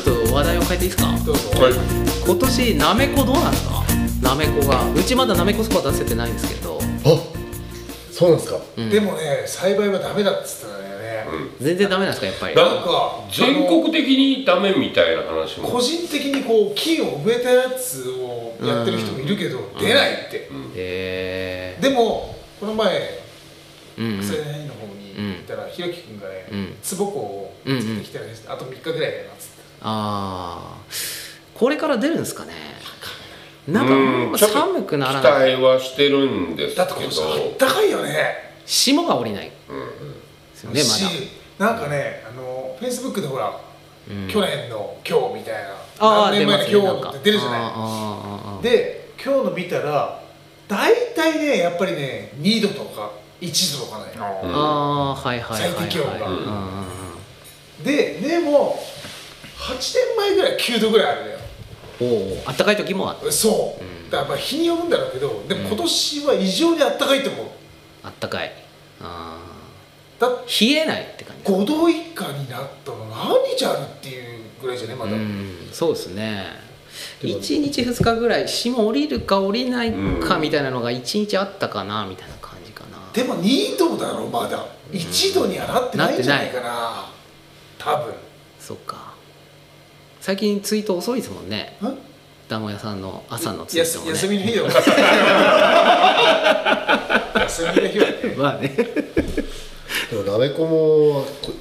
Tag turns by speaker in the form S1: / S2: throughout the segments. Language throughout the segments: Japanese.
S1: 変えていいですか
S2: どうぞ
S3: はい
S1: 今年なめこどうなんですかなめこがうちまだなめこそば出せてないんですけど、
S3: あそうなんですか
S1: うん
S2: でもね栽培はダメだっつってたんだよね、
S1: 全然ダメなんですかやっぱり
S3: だ
S2: なんか
S3: 全国的にダメみたいな話
S2: あ
S3: も
S2: の個人的にこう菌を植えたやつをやってる人もいるけど、出ないって、
S1: へえ
S2: でもこの前
S1: ー、うんうん
S2: 草薙の方に行ったら、ひろきくんがね、
S1: うん
S2: つぼこを作ってきたらしいですあと3日ぐらいだなっつって
S1: ああこれから出るんですかねなんか
S3: う
S1: も
S3: ん
S1: う
S3: ちょっと
S1: 寒くなら
S3: 期
S1: ない
S3: 待はしてるんですけ
S2: だ
S3: ど
S2: って今年あったかいよね
S1: 霜が降りないですよね
S2: し
S1: まだ
S2: なんかねあのフェイスブックでほら、
S1: うん
S2: 去年の今日みたいな
S1: ああ出
S2: 何年
S1: ま
S2: 前
S1: す
S2: の
S1: ねなん
S2: 今
S1: か
S2: 日って出るじゃ
S1: あー
S2: な
S1: あーあーあー
S2: いで今日の見たら大体ねやっぱりね2度とか1度とかね、
S3: うん
S1: あーはいはいはいはい
S2: 最適温が
S1: うんうんうん
S2: ででも8年前ぐらい9度ぐらいあるのよ
S1: うんおおあったかい時もあっ
S2: そう、だからまあ日によるんだろうけどでも今年は異常にあったかいと思う
S1: あったかいあ
S2: だって
S1: ー冷えないって感じ
S2: 5度以下になったの何日あるっていうぐらいじゃねまだ、
S1: うんそうですね1日2日ぐらい霜降りるか降りないかみたいなのが1日あったかなみたいな感じかな
S2: でも2度だろまだ1度にはなってないんじゃないかな多分
S1: そっか最近ツイート遅いですもんね
S2: ん
S1: ダモ屋さんの朝のツイ
S2: や
S1: ー
S2: す
S1: トも
S2: 休
S1: ね
S2: みの 日だよ休みの日はね
S1: まあね
S4: でもなめこもこ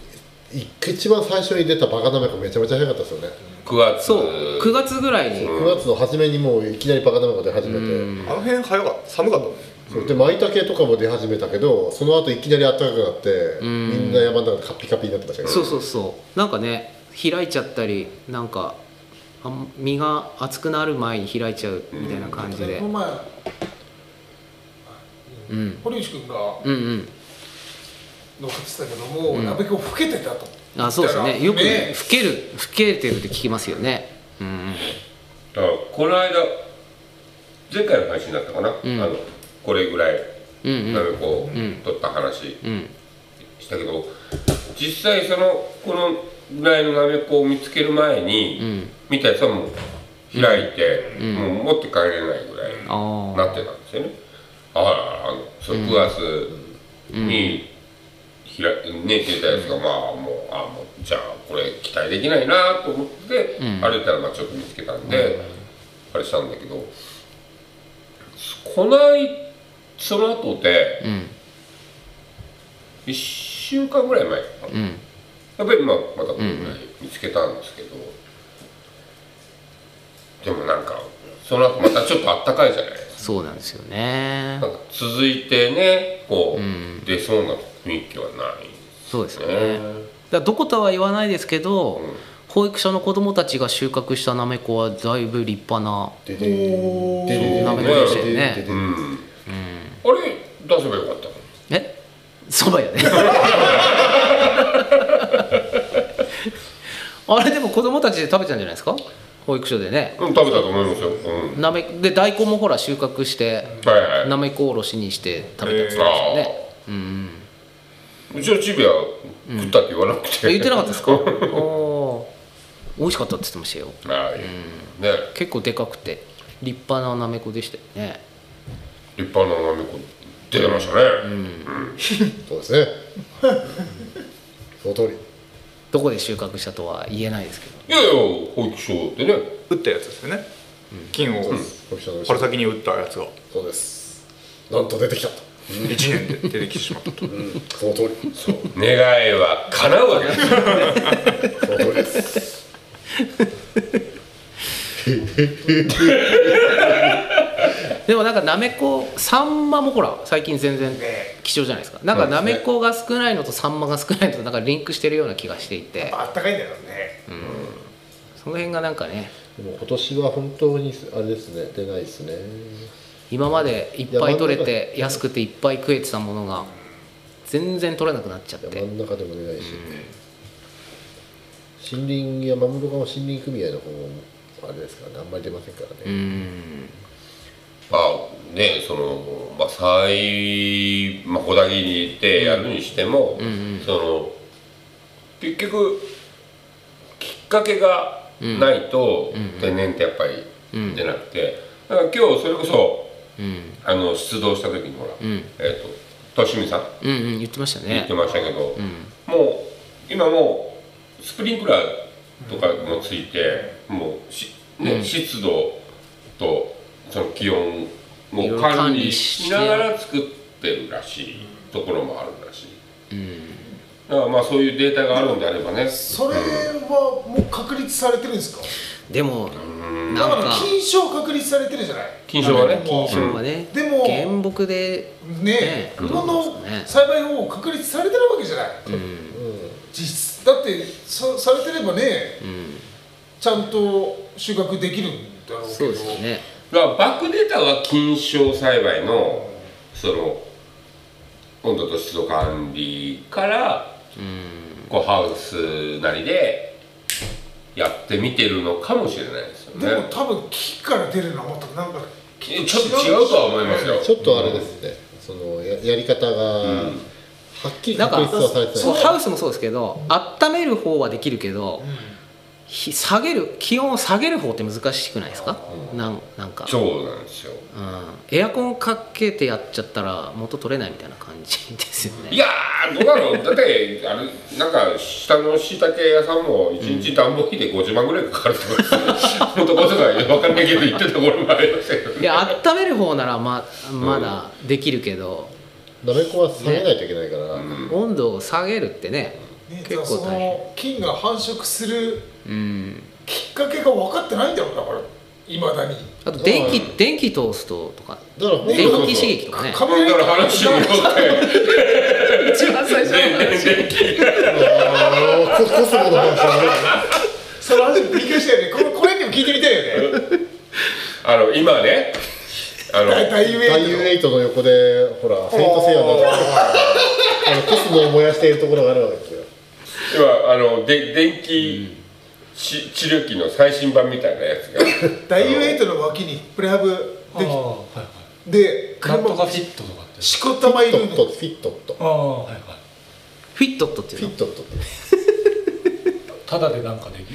S4: 一一番最初に出たバカなめこめちゃめちゃ早かったですよね、
S3: 9月
S1: そう9月ぐらいに
S4: 9月の初めにもういきなりバカなめこ出始めて、
S5: あの辺早かった寒かったもん
S4: そうで舞茸とかも出始めたけどその後いきなり暖かくなって、
S1: ん
S4: みんな山の中でカピカピになってましたけど
S1: そうそうそうなんかね開いちゃったりなんかあん身が熱くなる前に開いちゃうみたいな感じで
S2: この前
S1: うん
S2: 堀内くんが
S1: うんうん
S2: 乗ってたけどもう、
S1: うん
S2: なべこ老けてたと
S1: あそうですねよく
S2: ね
S1: 老ける老けてるって聞きますよねうん
S3: だからこの間前回の配信だったかな、
S1: ん
S3: あのこれぐらい
S1: うんうん
S3: なめこを
S1: ん
S3: 取った話
S1: うん
S3: したけど、実際そのこのぐらいのなめこを見つける前に、
S1: うん
S3: 見たやつはもう開いて、
S1: ん
S3: もう持って帰れないぐらいに
S1: ああ
S3: なってたんですよねあらあのその9月に開ね出たやつがまあもうあもうじゃあこれ期待できないなと思って、
S1: うん
S3: 歩いたらまあちょっと見つけたんで、あれしたんだけどこないその後で
S1: うん
S3: 1週間ぐらい前かな
S1: うん
S3: やっぱりまあまたこれぐらい見つけたんですけど、でもなんかその後またちょっとあったかいじゃないですか
S1: そうなんですよね
S3: なんか続いてねこう、
S1: うん
S3: 出そうな雰囲気はない
S1: そうですよ
S3: ね
S1: ねだからどことは言わないですけど、
S3: ん
S1: 保育所の子供たちが収穫したなめこはだいぶ立派な
S4: ででんでででん
S1: なめこ
S3: で
S1: で
S3: し
S1: したたよ
S3: よ
S4: で
S1: ね
S4: で
S3: うん、あれ出せばよかったの
S1: えそばやねあれでも子供たちで食べたんじゃないですか保育所でね
S3: うん食べたと思いますよ、うん、
S1: なめで大根もほら収穫して
S3: はいはい
S1: なめこおろしにして食べたっつってましたよね、うん
S3: うちのチビは食ったって言わなくて、
S1: え言ってなかった ですかおー美味しかったって言ってましたよ
S3: はい、ね
S1: 結構でかくて立派ななめこでしたよね
S3: 立派ななめこ出てましたね、
S4: そうですねその通り
S1: どこで収穫したとは言えないですけど
S3: いやいや保育所でね
S5: 打ったやつですよね金を
S4: お人の
S5: 春先に打ったやつが
S4: そうですなんと出てきたと、
S5: 1年で出てきてしまっ た
S4: う
S5: と
S4: ん、その通りそう
S3: 願いは叶うわけですよ
S4: その通りです
S1: でもなんかなめこサンマもほら最近全然
S2: ね
S1: 希少じゃないですかなんかなめこが少ないのとサンマが少ないのとなんかリンクしてるような気がしていて
S2: あったかいんだよね、
S1: その辺がなんかね
S4: でも今年は本当にあれですね出ないですね
S1: 今までいっぱい取れて安くていっぱい食えてたものが全然取れなくなっちゃって
S4: 山の中でも出ないし、森林や守る側の森林組合の方もあれですからねあんまり出ませんからね、
S1: うん
S3: まあねその、まあ、栽まあ小田切でやるにしても、その結局きっかけが
S1: うん
S3: ないと
S1: うん
S3: 天然ってやっぱり
S1: うん
S3: 出なくて、だから今日それこそ
S1: うん
S3: あの出動した時にほら、
S1: うん
S3: えっ、ととしみさん
S1: うんうん言ってました
S3: 言っ
S1: ね
S3: てましたけど、
S1: うん
S3: もう今もうスプリンクラーとかもついて、もうし、ね
S1: うん
S3: 湿度とその気温
S1: いろ
S3: も
S1: いろ管
S3: 管
S1: 理
S3: 理
S1: して
S3: しながら作ってるらしいところもあるらしい
S1: うん
S3: だからまあそういうデータがあるんであればね
S2: それはもう確立されてるんですか
S1: でも
S3: うん
S1: な
S2: だ
S1: ん
S2: か
S1: から
S2: 金賞確立されてるじゃない
S3: 金賞はね
S1: 金賞はね
S2: でも
S1: 原木で
S2: ねえ
S1: うん
S2: 日本の栽培方法確立されてるわけじゃない
S1: うん
S2: 実質だってそされてればね
S1: うん
S2: ちゃんと収穫できるんだろうけど
S1: そうですね
S3: だからバックデータは菌床栽培のその温度と湿度管理から
S1: うん
S3: こうハウスなりでやってみてるのかもしれないですよ
S2: でも
S3: ね
S2: 多分木から出るのはまたなんか
S3: えちょっと違うとは思いますよ
S4: ちょっとあれですね、そのややり方が、はっきり
S1: なん
S4: 確
S1: か
S4: 立はされて
S1: そう
S4: ない
S1: ハウスもそうですけど温める方はできるけどひ下げる気温を下げる方って難しくないですかなんなんか
S3: そうなんですよ
S1: うんエアコンかけてやっちゃったら元取れないみたいな感じですよ
S3: い
S1: ね
S3: やーどうだろうだ ってあれなんか下のしいたけ屋さんも1日暖房費で50万ぐらいかかるとか 本当ことか分かんないけど言ってたところもありましたけど
S1: いや温める方ならままだできるけど、
S4: なめこは下げないといけないから、
S1: 温度を下げるってね
S2: ね
S1: 結構
S2: そ
S1: 大変
S2: の菌が繁殖する
S1: うん
S2: きっかけが分かってないんだろうだからいまだに
S1: あと電気
S3: う
S1: 電気通すととか
S4: だから本
S1: 電
S4: 当
S1: 気
S4: に
S1: 刺激とかね
S3: だから話を戻 って
S1: 一番最初の話
S4: あのこコスモの話は
S2: その話びっくりしたよねこれこれにも聞いてみたいよね
S3: あの今ねあの
S2: 大大
S4: ダイ
S2: 名
S4: ユエイトの横でほらセイントセイヤのあのコスモを燃やしているところがあるわけですよ
S3: 今あので電気し治療器の最新版みた いなやつが
S2: ダイユエイトの脇にプレハブ
S6: あ
S2: でき
S6: ーはいはい
S2: で
S6: なんと
S2: 車
S6: かフィットとかって
S2: しこたまい
S4: フィ
S2: る
S4: ッ
S2: の
S4: トットフィットット
S6: ああはいはい
S1: フィットットってい
S4: フ
S1: う
S4: ィ
S1: の
S4: ットットって
S6: ただでなんかでき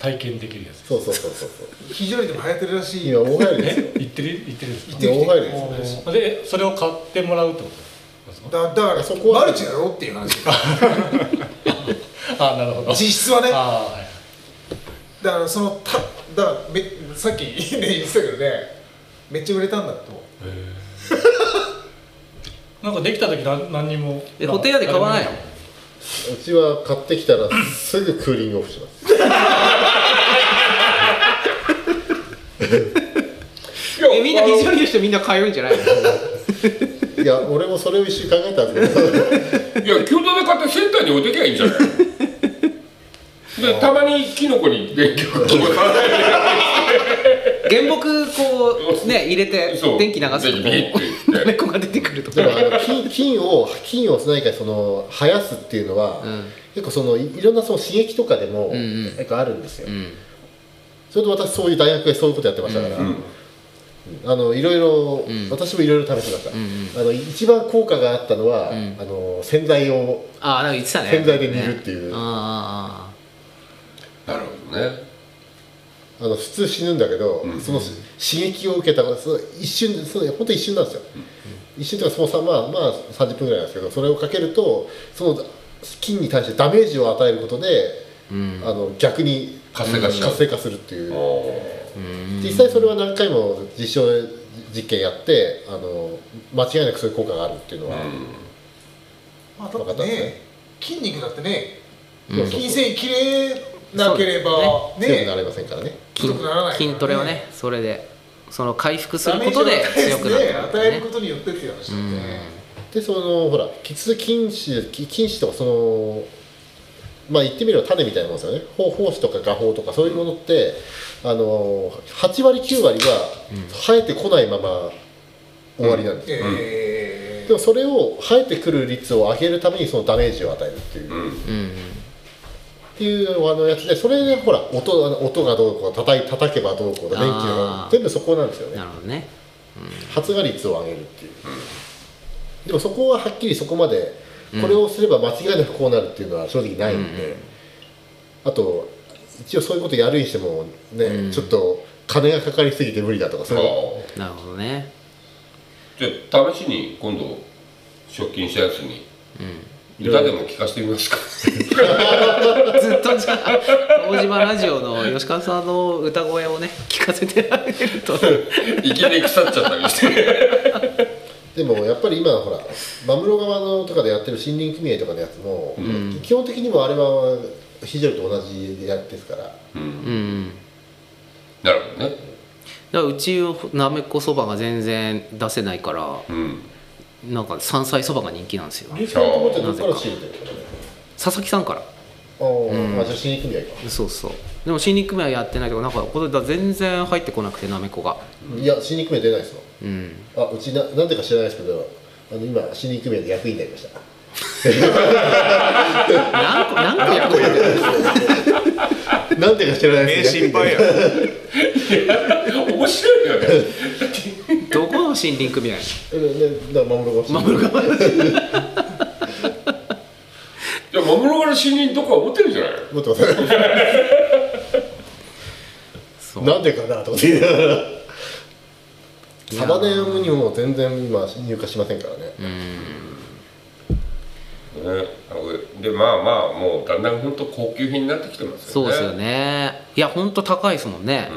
S6: 体験できるやつ
S4: そうそうそうそうそう
S2: 非常にでも流行ってるらしい
S4: 今
S2: よ
S4: 大入りですよ
S6: え行ってる行ってるんですか
S4: 今大入りですよ
S6: あーでそれを買ってもらうってことですか
S2: だだから
S4: そこは
S2: マルチだろっていう話
S6: あーなるほど
S2: 実質はね
S6: あーはい
S2: だからそのただからめさっき、ね、言ってたけどねめっちゃ売れたんだと
S6: なんかできた時な何にも
S1: えホテル屋で買わないの
S4: うちは買ってきた らすぐクーリングオフします
S1: えみんな非常にいい人みんな通うんじゃないの
S4: いや俺もそれを一瞬考えたんですけど
S3: いや共同で買ってセンターに置いときゃいいんじゃ ないでたまにキノコに電気をこう
S1: 原木こうね入れて
S3: そう
S1: 電気流すと
S3: 電気ビリッ
S1: こ
S3: て
S1: う
S3: 言
S1: な
S3: って
S1: めこが出てくると
S4: で
S1: か
S4: もあの菌菌を菌を何かその生やすっていうのは、
S1: うん
S4: 結構そのいいろんなその刺激とかで
S1: ん
S4: も
S1: うん
S4: 結構あるんですよ、
S1: うん
S4: それと私そういう大学でそういうことやってましたから、
S3: ん
S4: あのいろいろ、
S1: ん
S4: 私もいろいろ試しました、
S1: ん
S4: あの一番効果があったのは、
S1: ん
S4: あの洗剤を
S1: ああなんか言ってたね
S4: 洗剤で煮るっていう
S1: ねあ
S3: なるほどね
S4: あの普通死ぬんだけど、その刺激を受けたからその一瞬その本当一瞬なんですよ、一瞬というかそのさまあまあ30分ぐらいなんですけどそれをかけるとその菌に対してダメージを与えることで、あの逆に
S3: 活性化しちゃう
S4: 活性化するっていう、
S3: あ
S4: 実際それは何回も実証実験やってあの間違いなくそういう効果があるっていうのは、
S2: まあだ
S4: わか
S2: っ
S4: った
S2: て
S4: んです
S2: ね
S4: ね
S2: 筋肉だってね
S4: そうそうそう
S2: 筋繊維切れなければね
S4: 強くなれませんからね
S2: 太くならないから
S1: あ
S2: ね
S1: 筋トレはねそれでその回復す
S2: ダ
S1: る
S2: メ
S1: こ
S2: ージを
S1: と
S2: 与
S1: で
S2: え
S1: 強
S2: ず
S1: くなる
S2: ね
S1: から
S2: 与え
S1: ね
S2: ることによってっていう話だよね
S4: でそのほら血菌糸菌糸とかそのまあ言ってみれば種みたいなもんですよね胞胞子とか画胞とかそういうものって、あの8割9割は生えてこないまま終わりなんですよ、
S2: え
S4: でもそれを生えてくる率を上げるためにそのダメージを与えるっていう、
S3: う
S4: っ
S3: ん
S1: うん
S4: ていうあのやつでそれでほら音あの音がどうこう叩い叩けばどうこうだ電気
S1: あ
S4: が
S1: ー
S4: 全部そこなんですよ
S1: うん
S4: ね
S1: なるほどね
S4: 発芽率を上げるっていう、でもそこははっきりそこまでこれをすれば間違いなくこうなるっていうのは正直ないんで、あと一応そういうことやるにしてもね、ちょっと金がかかりすぎて無理だとかそ
S3: あ
S4: れは
S3: あ
S1: なるほどね
S3: じゃあ試しに今度出勤したやつに、歌でも聴かせてみ ますか
S1: ずっとじゃあ大島ラジオの吉川さんの歌声をね聞かせてあげると
S3: いきなり腐っちゃったり して
S4: でもやっぱり今ほらマムロ側のとかでやってる森林組合とかのやつも、基本的にもあれは非常にと同じやつですから
S1: うん
S3: なるほどね
S1: だからうちなめこそばが全然出せないから
S3: うん
S1: なんか山菜そばが人気なんですよ
S4: リーフのとこってどっから仕入れてるんですかね
S1: 佐々木さんから
S4: ああ、あじゃあ森林組合か
S1: そうそうでも新肉麺はやってないとかなんかこれだ全然入ってこなくてなめこが
S4: いや死肉名出ないですよ
S1: うん
S4: あうちななんでか知らないですけどあの今死肉名で役員になりました
S1: 何個何個やる
S4: なんでか知らない
S5: 名
S4: ですけ
S5: 心
S4: ど
S5: 配やん
S3: 面白いよね
S1: どこの森林組合
S4: えだからマムロがマムロが
S3: じゃあ守る側の信任とか持ってるんじゃない
S4: 持ってます
S1: そう
S4: なんでかなと思ってサバネームにも全然今入荷しませんからね、
S3: ね、でまあまあもうだんだん本当高級品になってきてます
S1: そ
S3: よ
S1: う
S3: ね
S1: ですよねいやほんと高いですもんね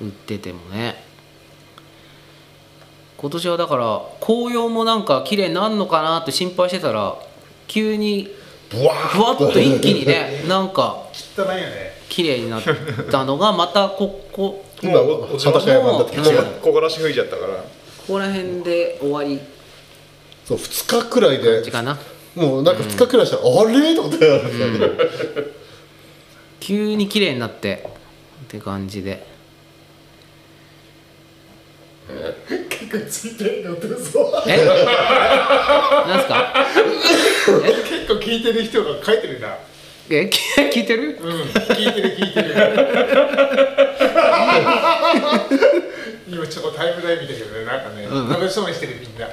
S3: う、ん
S1: 売っててもね今年はだから紅葉もなんか綺麗になんのかなって心配してたら急に
S4: ブワー
S1: ふわっと一気に ねなんか
S2: 汚いよね
S1: 綺麗になったのがまたここ
S4: 今
S5: もう落ちまし
S4: 裸
S5: た
S4: 山になってき
S1: も
S4: て
S1: う
S4: 違う
S5: 木枯らし吹いちゃったから
S1: ここら辺で終わり
S4: そう2日くらいで
S1: 時かな
S4: もうなんか2日くらいしたら、あれと思ってなんですよね
S1: 急に綺麗になってって感じで
S2: 結構ついてるのってそう
S1: えなんすか
S2: 結構聞いてる人が書いてるんだ
S1: えき聞いてる
S2: うん聞いてる聞いてる今ちょっとタイムライン見たけどねなんかね楽しそうにしてるみんな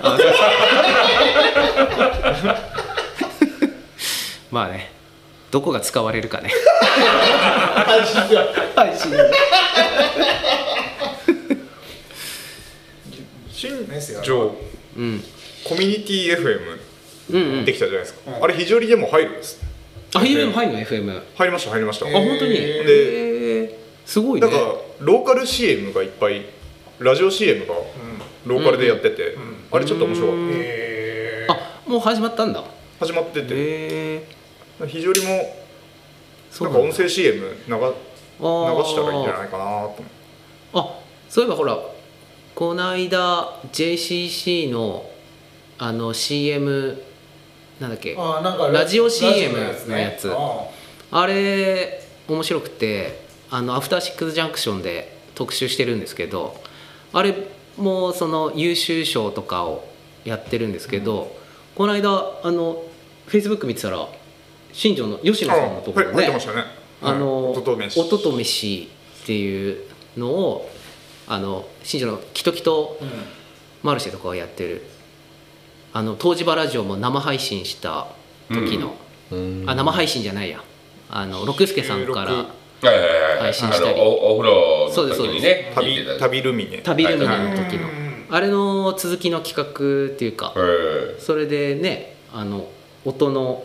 S1: まあねどこが使われるかね
S2: 安心だ
S1: 配信に
S5: 新
S2: ですよ
S5: 庄
S1: うん
S5: コミュニティ FM
S1: うんう
S5: で
S1: ん
S5: きたじゃないですか、あれ非常にでも入るんです
S1: あ FM 入るの FM あ
S5: 入りました入りました、
S2: え
S1: 本当に
S2: へ
S1: へえすごい
S5: な
S1: ね
S5: んかローカル CM がいっぱいラジオ CM がローカルでやってて、あれちょっと面白かっ
S2: え
S1: あもう始まったんだ
S5: た始まってて
S1: へえ
S5: 非常にも
S1: そ
S5: な
S1: うんな
S5: か
S1: ん
S5: 音声 CM 流流
S1: あー
S5: したらいいんじゃないかなと思って
S1: あそういえばほらこないだ JCC のあの CM なんだっけ
S2: あなんか
S1: ラジオ CM
S2: ラジオ
S1: のやつ
S2: あ
S1: あれ面白くてあのアフターシックスジャンクションで特集してるんですけどあれもその優秀賞とかをやってるんですけど、この間あのフェイスブック見てたら新庄の吉野さんのとこ
S5: あ
S1: ろ
S5: 入
S1: で
S5: って
S1: ね
S5: ましたね
S1: あの、
S5: はい音と飯
S1: 音と飯っていうのをあの新庄のキトキトマルシェとかをやってるあの東芝ラジオも生配信した時の、あ生配信じゃないやあの六助さんから
S3: はいはいはい、
S1: 配信したり
S3: あのおお風呂の時にね聞い
S5: 旅
S3: てたり
S5: 旅ルミネ
S1: 旅ルミネ
S3: はい
S1: の時の、あれの続きの企画っていうか、
S3: え
S1: それでねあの音の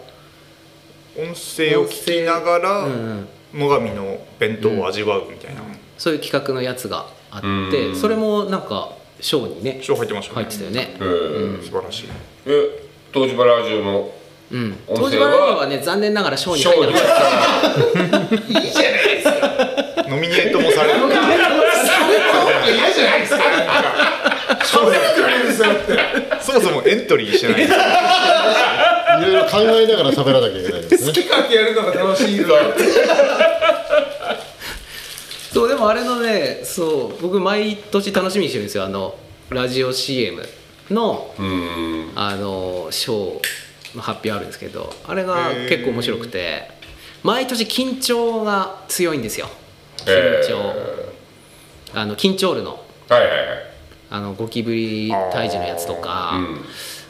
S5: 音声を聞きながら
S1: うん
S5: 最上の弁当を味わうみたいな
S1: そういう企画のやつがあって、
S3: うん
S1: それもなんかショーにね
S5: 一応入ってました
S1: 入っ
S5: ね
S1: てたよね。
S3: ええ
S5: 素晴らしい
S3: え東芝ラジオの
S1: うん、
S3: 音
S1: 東
S3: 声
S1: 芝
S3: は
S1: ラジオはね残念ながら賞に
S3: ショ
S1: 入ら
S3: ー
S1: な
S3: に
S1: かった
S5: ノミネートもされる
S2: 嫌じゃないですか
S5: そもそもエントリーしてない
S4: いろいろ考えながら喋らなきゃいけないで
S2: 好
S4: すね
S2: き勝手やるのが楽しいの
S1: そうでもあれのねそう僕毎年楽しみにしてるんですよあのラジオ CM の
S3: うん
S1: あのショーの発表あるんですけどあれが結構面白くて毎年緊張が強いんですよ緊張、あの緊張るの
S3: はいはいはい
S1: あのゴキブリ退治のやつとか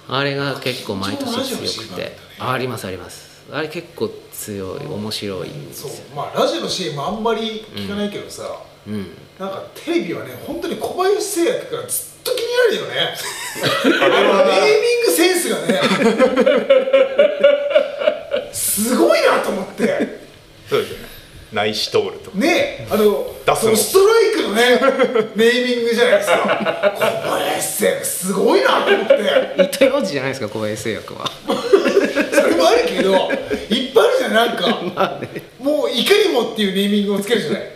S1: あ,、
S3: うん
S1: れが結構毎年強くてありますありますあれ結構強い面白いんです
S2: そう
S1: よ、
S2: まあラジオの CM あんまり聞かないけどさ、
S1: うん、
S2: なんかテレビはね本当に小林製薬からずっと気になるよねあのネーミングセンスがねすごいなと思って
S5: そうですよね内視通るとか
S2: ねあの
S5: 出す
S2: そ
S5: の
S2: のストライクのねネーミングじゃないですか小林製薬すごいなと思って
S1: 一体王子じゃないですか小林製薬は
S2: それもあるけどいっぱいあるじゃんな んか、もういかにもっていうネーミングをつけるじゃない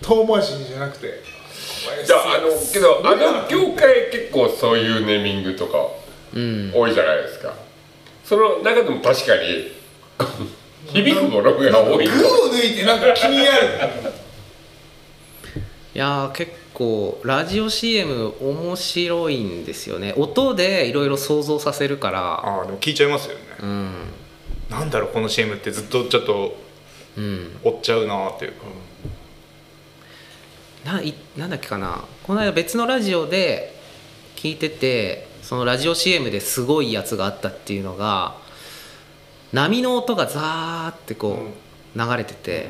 S2: 遠回しにじゃなくて小林
S3: じ
S2: 製
S3: ゃあ
S2: 薬
S3: あのけどあの業界結構そういうネーミングとか
S1: うん
S3: 多いじゃないですか、その中でも確 かに響くものが多い
S2: 群を抜いてなんか気になる
S1: いやー結構ラジオ CM 面白いんですよね音でいろいろ想像させるから
S5: ああでも聞いちゃいますよね、
S1: うん
S5: なんだろうこの CM ってずっとちょっと
S1: うん
S5: 追っちゃうなっていうか、
S1: ないなんだっけかなこの間別のラジオで聞いててそのラジオ CM ですごいやつがあったっていうのが波の音がザーってこう流れてて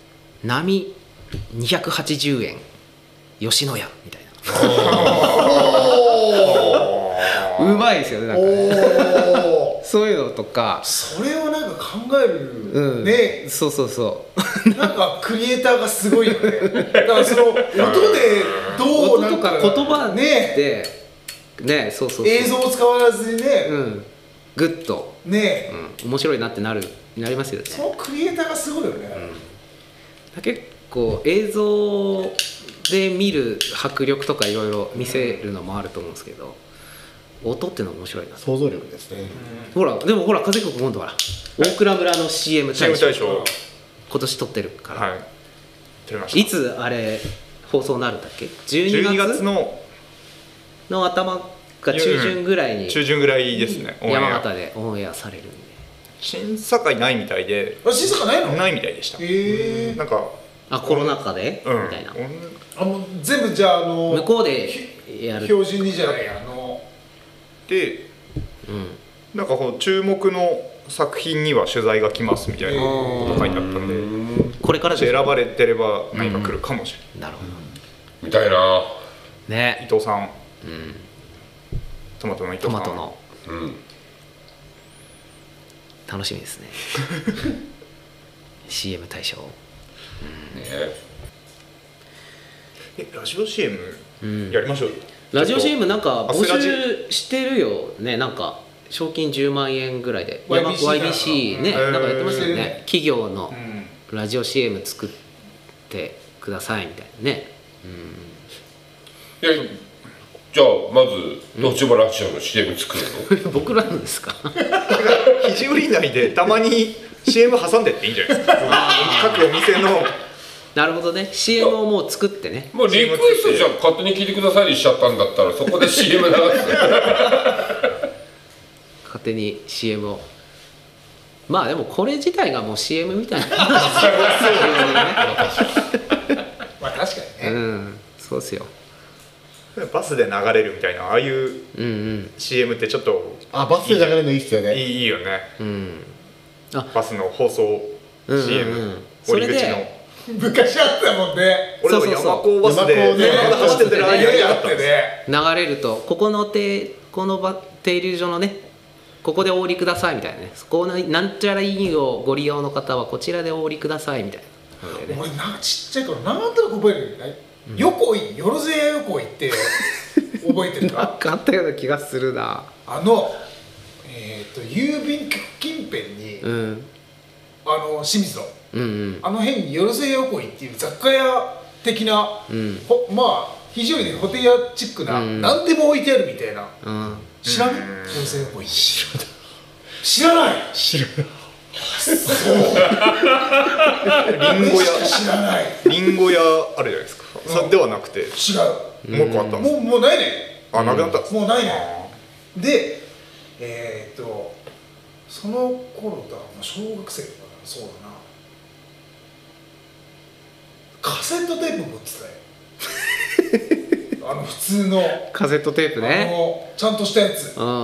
S1: 「波280円吉野家」みたいなうまいですよねなんかね
S2: おお
S1: そういうのとか
S2: それをなんか考える、
S1: うん
S2: ね
S1: そうそうそう
S2: なんかクリエイターがすごいよねだからその音でどう
S1: 音
S2: な
S1: と
S2: んか
S1: か言葉
S2: ね
S1: でねそうそうそう
S2: 映像を使わずに
S1: う
S2: ね、
S1: んグッと、
S2: ね
S1: うん、面白いなってなるなりますよね
S2: そのクリエイターがすごいよね、
S1: 結構映像で見る迫力とかいろいろ見せるのもあると思うんですけど音ってのは面白いな
S4: 想像力ですね、
S1: ほらでもほら風くん今度は大蔵村の CM 大
S5: CM
S1: 賞
S5: 大賞
S1: 今年撮ってるから、
S5: はい撮りま
S1: い、
S5: した
S1: つあれ放送になるんだっけ12
S5: 12
S1: 月
S5: 月の
S1: の頭が中旬ぐらいに
S5: 中旬ぐらいですねオンエア
S1: 山形でオンエアされるんで
S5: 審査会ないみたいで
S2: あ審査会ないの
S5: ないみたいでした
S2: ええ
S5: なんか
S1: あコロナ禍で、
S5: うん
S1: みたいな
S2: あもう全部じゃああの
S1: 向こうでやる、
S2: 標準にじゃないあの
S5: で
S1: うん、
S5: なんかこう注目の作品には取材が来ますみたいなこと書いてあったんでも
S1: これから
S5: し
S1: で
S5: 選
S1: す
S5: ばれてれば何か来るかもしれな
S1: な
S5: い、
S1: るほど
S3: みたいな
S5: 伊
S1: ね
S5: 藤さんトマトの伊藤
S1: ト
S5: さん
S1: マトの
S3: うん
S1: 楽しみですね CM 大賞
S3: ね
S5: えラジオ CM
S1: うん
S5: やりましょうよ、
S1: ラジオ CM なんか募
S5: アスラ
S1: 集してるよねなんか賞金10万円ぐらいで
S2: YBC
S1: 山ね
S5: うん
S1: なんかやってますよね
S2: え
S1: 企業の
S2: うん
S1: ラジオ CM 作ってくださいみたいなね
S3: いやじゃあまずどっちもラジオの CM 作るの、
S1: 僕らのですか
S5: 肘折り内でた まに CM 挟んでっていいんじゃないですか各お店の
S1: なるほどね CM をもう作ってね
S3: もうリクエストじゃあ勝手に聞いてくださいにしちゃったんだったらそこで CM 流す
S1: 勝手に CM をまあでもこれ自体がもう CM みたいな
S2: まあ確か
S1: う
S2: にね、
S1: んそうっすよ
S5: バスで流れるみたいなああいう
S1: うん
S5: CM ってちょっと
S4: あバスで流れるのいいっすよ
S5: いい
S4: ね
S5: いいよね
S1: うんうん
S5: バスの放送
S1: うんうんうん
S5: CM
S1: そ
S5: 折
S1: れ
S5: り
S1: で
S5: 口の
S2: 昔あったもんね
S5: 俺
S1: そう
S5: も
S1: そうそう
S5: 山高バスで
S4: 山高ね
S5: 山高走ってたらああいう
S2: ねあっ
S5: やつあった
S2: てね
S1: 流れるとここの停このば停留所のねここでお降りくださいみたいなねそこのなんちゃら委員をご利用の方はこちらでお降りくださいみたいなのでね
S2: 俺なんかちっちゃい頃なんとなく覚えるよね、横井よろずや横井って覚えて
S1: なん
S2: るか
S1: かあったような気がするな
S2: あのえっ、と郵便局近辺に、
S1: うん
S2: あの清水の
S1: うんうん
S2: あの辺によろずや横井っていう雑貨屋的な、
S1: うん
S2: ほまあ非常にホテル屋チックな、
S1: うん
S2: 何でも置いてあるみたいな
S1: うん
S2: 知らないよろずや横井知らない
S4: 知らない
S2: 俺
S5: リンゴ屋
S2: しか知らない
S5: リンゴ屋あるじゃないですかそれではなくて
S2: 違
S5: もう一個あった
S2: うんも
S5: です
S2: うもうないね
S5: あなくなったんです
S2: もうないねでえー、っとその頃だ、まあ、小学生かなそうだなカセットテープ持って たよあの普通の、
S1: カセットテープ
S2: あ
S1: ね
S2: のちゃんとしたやつ
S1: うんうんう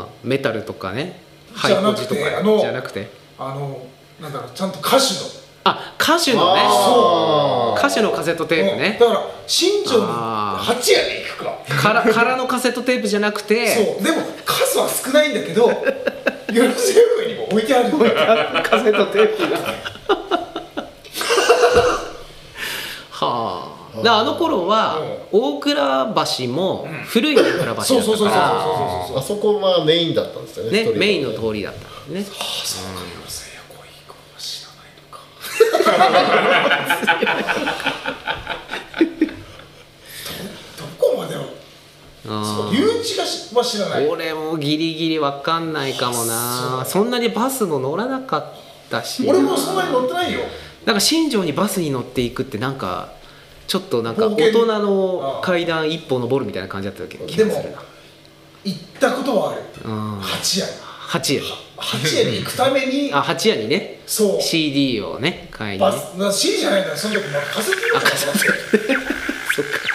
S1: んメタルとかねハ
S2: じゃ
S1: イ
S2: な
S1: ポ
S2: くて
S1: ジとか
S2: あの
S1: じゃなくて
S2: ああのなんだろうちゃんと歌手の
S1: あ歌手のね
S4: あー
S1: 歌手のカセットテープね
S2: うんだから新庄に
S1: あー
S2: 八夜で行くか
S1: から からのカセットテープじゃなくて
S2: そうでも数は少ないんだけどよろしい上にも置いてある
S1: カセットテープがはあだからあの頃は大倉橋も古い大倉橋だったから
S2: そうそうそうそうそうそうそう
S4: あそこはメインだったんですよね
S1: ね
S4: ストリート
S1: メインの通りだったんね
S2: そうかよせやこいい子は知らないのかどどこまでは
S1: あ
S2: そう
S1: ー
S2: 誘致がしは知らない
S1: 俺もギリギリわかんないかもなそんなにバスも乗らなかったし
S2: 俺もそんなに乗ってないよ
S1: なんか新庄にバスに乗っていくってなんかちょっとなんか
S2: 冒険
S1: 大人の階段一歩登るみたいな感じだった気がす
S2: で
S1: る
S2: も
S1: な
S2: 行ったことはある
S1: うん
S2: 八夜
S1: 八円
S2: 八夜に行くために
S1: あ八円にね
S2: そう
S1: CD をね買いに
S2: バ
S1: ね
S2: スな C じゃないんだよその時もうカセットテープだと思って
S1: そっか